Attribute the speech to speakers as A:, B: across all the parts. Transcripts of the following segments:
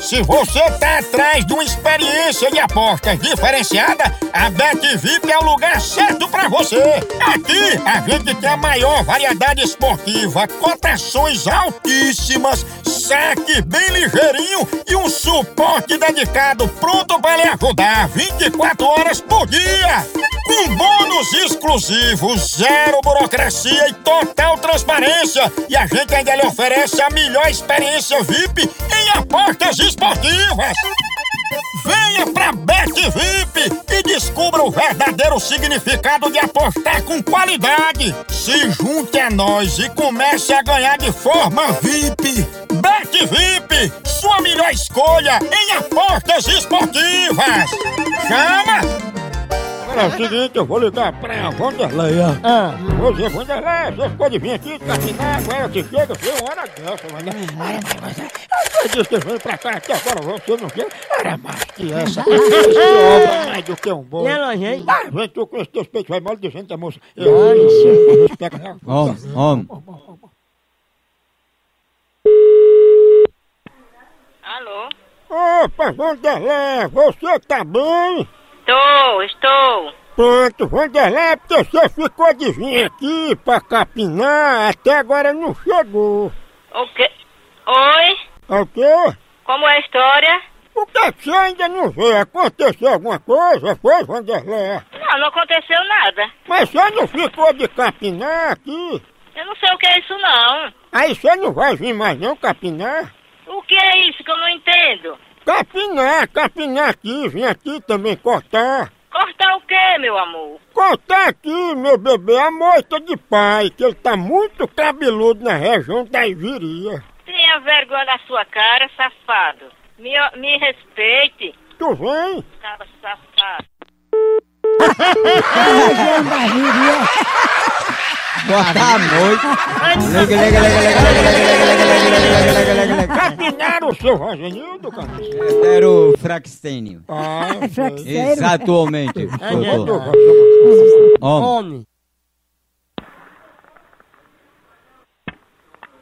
A: Se você tá atrás de uma experiência de apostas diferenciada, a BetVip é o lugar certo pra você. Aqui a gente tem a maior variedade esportiva, cotações altíssimas, saque bem ligeirinho e um suporte dedicado pronto pra lhe ajudar 24 horas por dia. Com bônus exclusivos, zero burocracia e total transparência. E a gente ainda lhe oferece a melhor experiência VIP em apostas esportivas. Venha pra Bet VIP e descubra o verdadeiro significado de apostar com qualidade. Se junte a nós e comece a ganhar de forma VIP. Bet VIP, sua melhor escolha em apostas esportivas. Chama! Agora é o seguinte, eu vou ligar pra Vanderleia.
B: Ah.
A: Ô, Zé Vanderleia, você ficou de vir aqui, capinar, agora que chega, foi é uma hora dessa, mas... Olha, mas... Você disse que veio pra cá, até agora você não quer... Era mais que essa. Isso é mais do que um boi.
B: Né, Lojinha?
A: Ah, vem tu com esse teu peito, vai mal dizendo que a moça... Eu... Pega ela.
C: Homem, homem.
D: Alô?
A: Opa, Vanderleia, você tá bem?
D: Estou, estou.
A: Pronto, Vanderleia, porque você ficou de vir aqui pra capinar, até agora não chegou.
D: O quê? Oi?
A: É o quê?
D: Como é a história?
A: Por que você ainda não veio? Aconteceu alguma coisa, foi, Vanderleia?
D: Não, não aconteceu nada.
A: Mas você não ficou de capinar aqui?
D: Eu não sei o que é isso, não.
A: Aí você não vai vir mais não capinar?
D: O que é isso que eu não entendo?
A: Capinar, capinar aqui, vim aqui também cortar.
D: Cortar o quê, meu amor?
A: Cortar aqui, meu bebê, a moita de pai, que ele tá muito cabeludo na região da Iviria.
D: Tenha vergonha na sua cara, safado. Me, me respeite,
A: Tu vem?
D: cara safado.
C: Boa noite. Liga, liga, liga, liga, liga, liga, liga, liga, liga, liga, liga, liga, liga.
A: Capinar o seu Rogenildo, cara.
C: Era o Frankenstein.
A: Ah, sei.
C: Exatamente.
A: Eu tô
C: doutor.
A: gostando.
C: Homem.
B: Homem.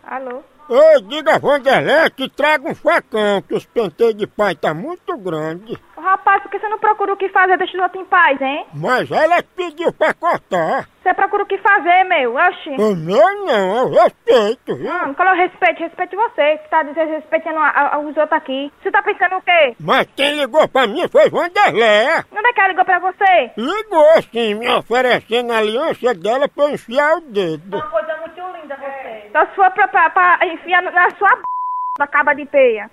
D: Alô?
A: Ei, diga a Vanderlei que traga um facão, que os penteios de pai tá muito grande.
E: Ô, Rapaz, por que você não procura o que fazer deixando o outro em paz, hein?
A: Mas ela que pediu pra cortar.
E: Você procura o que fazer, meu. Oxi.
A: O meu não, eu respeito, viu?
E: Mano, qual é o respeito? Respeite você, que tá desrespeitando a- a- os outros aqui. Você tá pensando o quê?
A: Mas quem ligou pra mim foi Vanderlei.
E: Onde é que ela ligou pra você?
A: Ligou sim, me oferecendo a aliança dela pra eu enfiar o dedo.
E: coisa muito linda você. Então se for pra, pra, pra enfiar na- na sua b... da caba de peia.